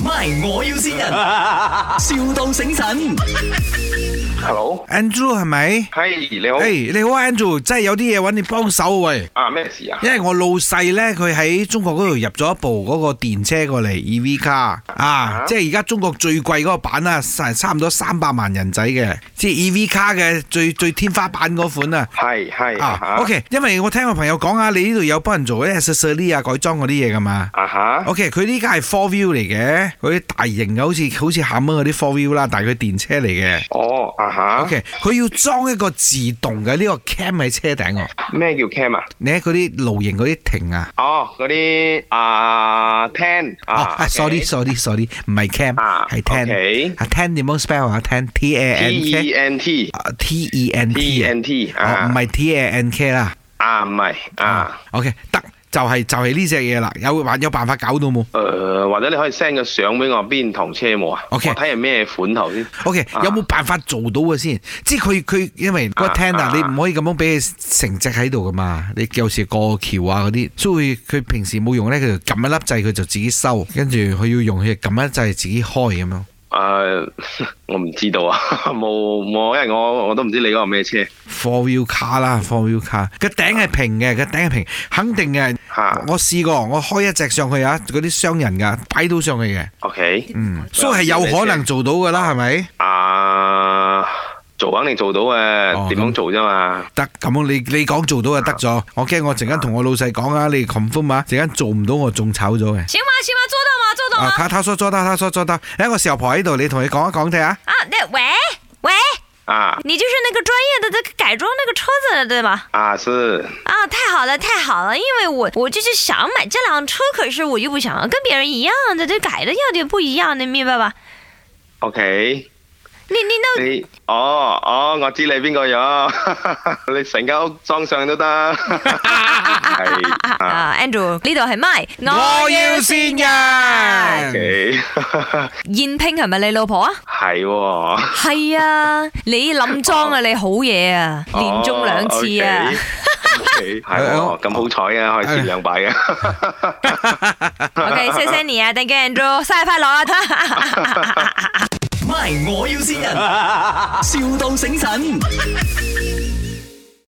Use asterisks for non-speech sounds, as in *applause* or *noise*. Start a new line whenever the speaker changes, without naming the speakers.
My，我要先人，,笑到醒神。
Hello，
Andrew 系咪？
係你好。
诶、你好啊 Andrew，真系有啲嘢揾你幫手喂，
啊咩事啊？
因為我老細呢，佢喺中國嗰度入咗一部嗰個電車過嚟 EV 卡啊，即係而家中國最貴嗰個版啦，差差唔多三百萬人仔嘅，即係 EV 卡嘅最最天花板嗰款啊。
係係
啊
啊
，OK，因為我聽我朋友講啊，你呢度有幫人做啲 accessory 啊、改裝嗰啲嘢噶嘛。
啊哈，
OK，佢呢家係 four wheel 嚟嘅，佢啲大型嘅好似好似喊嗰啲 four wheel 啦，但係佢電車嚟嘅。
哦啊哈
OK，佢要裝一個自動嘅呢個 cam 喺車頂喎，
咩叫 cam 啊？
你喺嗰啲露營嗰啲亭啊。
哦，嗰啲啊 ten
哦
啊
，sorry sorry sorry，唔係 cam，
啊
係 ten，
，OK
啊 ten 點樣 spell 啊？ten T A
T
N
E
K
N T
T E N
T
T
E
啊
N T
哦唔
啊
係 T A N K 啦。
啊唔係啊，
，OK，得就係就係呢隻嘢啦，有辦有辦法搞到冇？
誒呃或者你可以 send 個相俾我邊堂車冇啊
OK
我睇係咩款頭先。
O.K.
啊
有冇辦法做到嘅先？即係佢佢因為嗰個
啊
t e n
啊
d 你唔可以咁樣俾佢成隻喺度噶嘛。你有時過橋啊嗰啲，所以佢平時冇用咧，佢就撳一粒掣，佢就自己收，跟住佢要用佢就撳一掣自己開咁樣。
誒呃 *laughs* 我唔知道啊， *laughs* 冇冇，因為我我都唔知你嗰個咩車
Four wheel car 啦，four wheel car，個頂係平嘅，個頂係平，肯定嘅。
嚇。
我試過，我開一隻上去啊，嗰啲商人噶擺到上去嘅，
OK
嗯，所以係有可能做到噶啦，係咪？
啊，做肯定做到
哦
嘅，點樣
咁
做啫嘛？
得咁樣你你講做到就得咗，我驚我陣間同我老細講啊，你 confirm 啊，陣間做唔到我仲炒咗嘅。
行吗？行吗？做到吗？做到
啊，
吗？
他他说做到，他说做到。哎，我小婆喺度，你同佢講一講睇下。
啊，那喂喂，
啊。
你就是那个专业的那个改装那个车子的对吗？
啊，是
啊，太好了，太好了，因为我我就是想买这辆车，可是我又不想要跟别人一样的，这改的要点不一样的，明白吧？
，OK，
你你
哎
那
你，哦，哦，我知你邊個咗， *laughs* 你成間屋裝上都得，係
啊啊
啊
啊，Andrew 呢度係 My，
先人。
，OK，
燕拼係咪你老婆啊？
係喎，
係啊，你冧裝啊，你好嘢啊，
哦
連中兩次啊。
哦，OK，係喎，咁好彩啊，可以切兩擺嘅，
OK，謝謝你啊，Thank you Andrew，生日快樂
*laughs*
啊！
My，我要先人，,笑到醒神。